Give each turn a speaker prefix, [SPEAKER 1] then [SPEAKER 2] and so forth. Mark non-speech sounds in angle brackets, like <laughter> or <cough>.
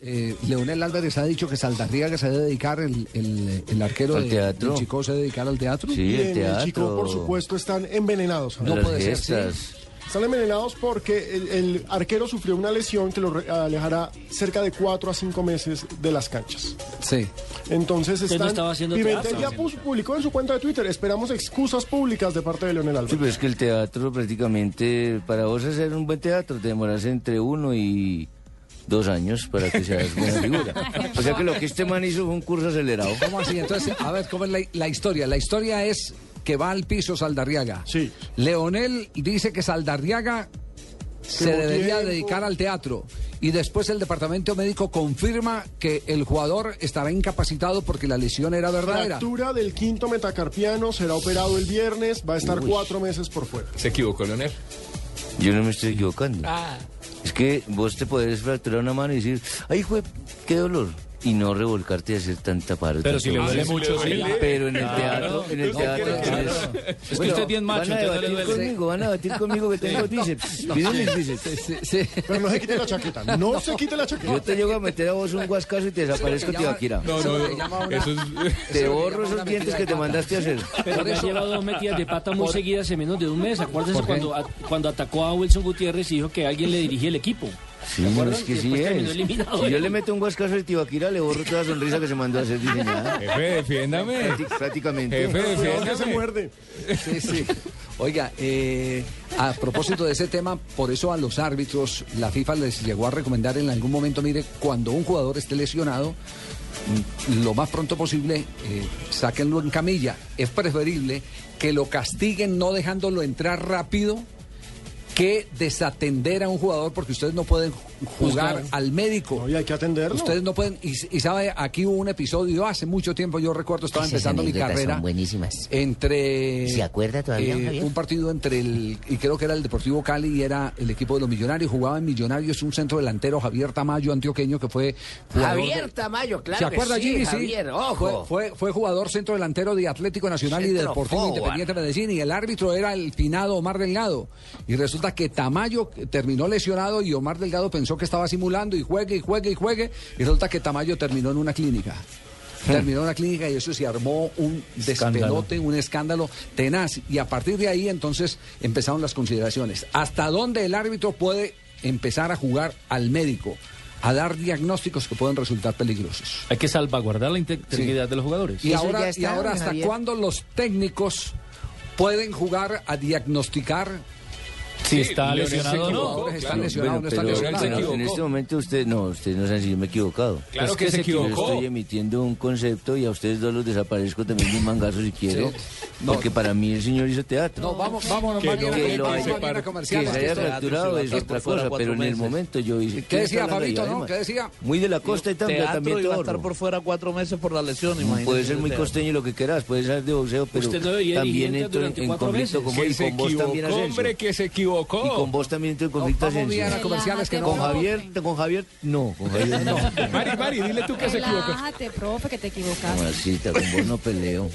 [SPEAKER 1] Eh, Leonel Álvarez ha dicho que Saldarriaga se debe dedicar, el, el, el arquero
[SPEAKER 2] Al
[SPEAKER 1] de-
[SPEAKER 2] teatro.
[SPEAKER 1] del Chico se debe dedicar al teatro.
[SPEAKER 2] Sí,
[SPEAKER 3] Y
[SPEAKER 2] el
[SPEAKER 3] en
[SPEAKER 2] teatro.
[SPEAKER 3] el eh, Chico, por supuesto, están envenenados.
[SPEAKER 1] No
[SPEAKER 2] las
[SPEAKER 1] puede ser, sí.
[SPEAKER 2] fiestas.
[SPEAKER 3] Están envenenados porque el, el arquero sufrió una lesión que lo re- alejará cerca de 4 a 5 meses de las canchas.
[SPEAKER 1] Sí.
[SPEAKER 3] Entonces
[SPEAKER 4] Usted no
[SPEAKER 3] están...
[SPEAKER 4] estaba haciendo
[SPEAKER 3] Pimentel
[SPEAKER 4] teatro.
[SPEAKER 3] ya pus- publicó en su cuenta de Twitter, esperamos excusas públicas de parte de Leonel
[SPEAKER 2] Sí,
[SPEAKER 3] Álvarez.
[SPEAKER 2] pero es que el teatro prácticamente, para vos hacer un buen teatro, te demoras entre uno y dos años para que seas <laughs> buena figura. O sea que lo que este man hizo fue un curso acelerado.
[SPEAKER 1] ¿Cómo así? Entonces, a ver, ¿cómo es la, la historia? La historia es que va al piso Saldarriaga.
[SPEAKER 3] Sí.
[SPEAKER 1] Leonel dice que Saldarriaga se
[SPEAKER 3] Llevó
[SPEAKER 1] debería
[SPEAKER 3] tiempo.
[SPEAKER 1] dedicar al teatro. Y después el departamento médico confirma que el jugador estará incapacitado porque la lesión era verdadera.
[SPEAKER 3] Fractura del quinto metacarpiano, será operado el viernes, va a estar 4 meses por fuera.
[SPEAKER 5] Se equivocó, Leonel.
[SPEAKER 2] Yo no me estoy equivocando. Es que vos te podés fracturar una mano y decir, ay, juez, qué dolor. Y no revolcarte y hacer tanta parte.
[SPEAKER 6] Pero si le duele mucho, sí.
[SPEAKER 2] Pero en el teatro, en el teatro tenés-
[SPEAKER 6] que
[SPEAKER 2] Bueno,
[SPEAKER 6] usted es bien macho,
[SPEAKER 2] Van a
[SPEAKER 6] entonces no le
[SPEAKER 2] debatir
[SPEAKER 6] duele.
[SPEAKER 2] conmigo, van a debatir conmigo que tengo bíceps. Miren mis bíceps.
[SPEAKER 3] Pero no se quite la chaqueta, no se quite la
[SPEAKER 2] Yo
[SPEAKER 3] chaqueta.
[SPEAKER 2] te llego a meter a vos un guascazo y te desaparezco, tío Akira.
[SPEAKER 5] No,
[SPEAKER 1] Eso
[SPEAKER 5] no,
[SPEAKER 1] se llama una-
[SPEAKER 5] eso es... <laughs>
[SPEAKER 2] Te
[SPEAKER 1] Eso
[SPEAKER 2] borro
[SPEAKER 1] le llama
[SPEAKER 2] esos
[SPEAKER 1] una
[SPEAKER 2] dientes
[SPEAKER 1] metida
[SPEAKER 2] que
[SPEAKER 1] de
[SPEAKER 2] te
[SPEAKER 1] pata.
[SPEAKER 2] mandaste a hacer.
[SPEAKER 4] Pero me lleva dos metidas de pata muy seguidas en menos de un mes. Acuérdese
[SPEAKER 1] ¿Por qué?
[SPEAKER 4] cuando, a- cuando atacó a Wilson Gutiérrez y dijo que alguien le dirigía el equipo.
[SPEAKER 2] Sí,
[SPEAKER 4] ¿Se
[SPEAKER 2] no,
[SPEAKER 4] acuerdan?
[SPEAKER 2] es que
[SPEAKER 4] Y
[SPEAKER 2] sí
[SPEAKER 4] después
[SPEAKER 2] es.
[SPEAKER 4] terminó
[SPEAKER 2] Si
[SPEAKER 4] eliminado.
[SPEAKER 2] yo le meto un guascazo al tío Akira, le borro toda la sonrisa que se mandó a hacer diseñada.
[SPEAKER 5] Jefe, defiéndame.
[SPEAKER 2] Prácti- Prácticamente.
[SPEAKER 5] Jefe,
[SPEAKER 3] Cuidado que se
[SPEAKER 5] defiéndame.
[SPEAKER 3] muerde.
[SPEAKER 1] Sí, sí. Oiga, eh, a propósito de ese tema, por eso a los árbitros la FIFA les llegó a recomendar en algún momento, mire, cuando un jugador esté lesionado, mm, lo más pronto posible, eh, sáquenlo en camilla. Es preferible que lo castiguen no dejándolo entrar rápido que desatender a un jugador porque ustedes no pueden jugar al médico.
[SPEAKER 3] Pues No, y hay que atenderlo.
[SPEAKER 1] Ustedes no pueden, y, y sabe, aquí hubo un episodio hace mucho tiempo, yo recuerdo, estaba
[SPEAKER 7] Esas
[SPEAKER 1] empezando mi
[SPEAKER 7] anécdotas son
[SPEAKER 1] carrera.
[SPEAKER 7] buenísimas.
[SPEAKER 1] Entre. eh,
[SPEAKER 7] ¿Se acuerda todavía, Javier?
[SPEAKER 1] un partido entre el. Y creo que era el Deportivo Cali y era el equipo de los Millonarios. Jugaba en Millonarios un centro delantero, Javier Tamayo, antioqueño, que fue. jugador
[SPEAKER 7] Javier
[SPEAKER 1] de-
[SPEAKER 7] Tamayo, claro.
[SPEAKER 1] ¿Se acuerda,
[SPEAKER 7] que sí,
[SPEAKER 1] Gigi? Sí.
[SPEAKER 7] Javier, ojo.
[SPEAKER 1] Fue, fue, fue jugador centro delantero de Atlético Nacional y de
[SPEAKER 7] Centro
[SPEAKER 1] Deportivo
[SPEAKER 7] forward.
[SPEAKER 1] Independiente Medellín. Y el árbitro era el finado Omar Delgado. Y resulta que Tamayo terminó lesionado y Omar Delgado pensó que estaba simulando y juegue y juegue y juegue. Y resulta que Tamayo terminó en una clínica. Terminó en una clínica y eso se armó un despelote, un escándalo tenaz. Y a partir de ahí entonces empezaron las consideraciones. ¿Hasta dónde el árbitro puede empezar a jugar al médico? A dar diagnósticos que pueden resultar peligrosos.
[SPEAKER 6] Hay que salvaguardar la integridad de los jugadores.
[SPEAKER 1] Y
[SPEAKER 7] Eso ya
[SPEAKER 1] ahora,
[SPEAKER 7] está,
[SPEAKER 1] y ahora
[SPEAKER 7] don
[SPEAKER 1] ¿hasta
[SPEAKER 7] Javier.
[SPEAKER 1] cuándo los técnicos pueden jugar a diagnosticar?
[SPEAKER 6] Si está
[SPEAKER 5] Leonel se
[SPEAKER 6] lesionado o no.
[SPEAKER 5] equivocó,
[SPEAKER 1] Está
[SPEAKER 5] claro.
[SPEAKER 1] lesionado, no está
[SPEAKER 2] pero,
[SPEAKER 1] lesionado.
[SPEAKER 2] pero
[SPEAKER 5] Se
[SPEAKER 2] en
[SPEAKER 5] equivocó.
[SPEAKER 2] este momento usted, no, ustedes no saben si yo me he equivocado.
[SPEAKER 5] Claro
[SPEAKER 6] Es
[SPEAKER 5] que,
[SPEAKER 6] que
[SPEAKER 5] se
[SPEAKER 6] se
[SPEAKER 2] Yo
[SPEAKER 5] equivocó.
[SPEAKER 2] estoy emitiendo un concepto y a ustedes dos los desaparezco también de un mangazo si quiero, porque para mí el señor hizo teatro.
[SPEAKER 1] No, vamos, vámonos,
[SPEAKER 5] Que
[SPEAKER 1] más bien
[SPEAKER 5] no,
[SPEAKER 1] a-
[SPEAKER 5] que lo
[SPEAKER 1] vamos
[SPEAKER 5] haya-
[SPEAKER 1] a la comercial.
[SPEAKER 2] Que se haya
[SPEAKER 1] Esto-
[SPEAKER 2] fracturado es otra cosa, pero en el momento yo hice...
[SPEAKER 1] ¿Qué decía,
[SPEAKER 2] Está hablando ahí,
[SPEAKER 1] Fabito, no?
[SPEAKER 2] además.
[SPEAKER 1] ¿Qué decía?
[SPEAKER 2] Muy de la costa y también,
[SPEAKER 8] teatro
[SPEAKER 2] también te
[SPEAKER 8] iba a
[SPEAKER 2] ahorro.
[SPEAKER 8] estar por fuera cuatro meses por la lesión, imagínate.
[SPEAKER 2] Puede ser muy
[SPEAKER 8] Teatro.
[SPEAKER 2] costeño lo que quieras, puede ser de boxeo, pero
[SPEAKER 4] Usted no debería
[SPEAKER 2] también
[SPEAKER 4] dirigente
[SPEAKER 2] entro en,
[SPEAKER 4] durante
[SPEAKER 2] en
[SPEAKER 4] cuatro
[SPEAKER 2] conflicto
[SPEAKER 4] meses.
[SPEAKER 2] como
[SPEAKER 5] Que
[SPEAKER 2] y
[SPEAKER 5] se
[SPEAKER 2] con vos también
[SPEAKER 5] equivocó,
[SPEAKER 2] Asensio.
[SPEAKER 5] hombre, que se equivocó.
[SPEAKER 2] Y con vos también entro en
[SPEAKER 1] Vamos bien a
[SPEAKER 2] conflicto
[SPEAKER 1] la
[SPEAKER 2] Asensio.
[SPEAKER 1] comercial, es que no
[SPEAKER 2] Con
[SPEAKER 1] vamos-
[SPEAKER 2] Javier, con Javier, no, con Javier no.
[SPEAKER 5] Mari, Mari, dile tú que se equivocó.
[SPEAKER 9] Relájate, profe, que te equivocaste.
[SPEAKER 2] Mamacita, con vos no peleo.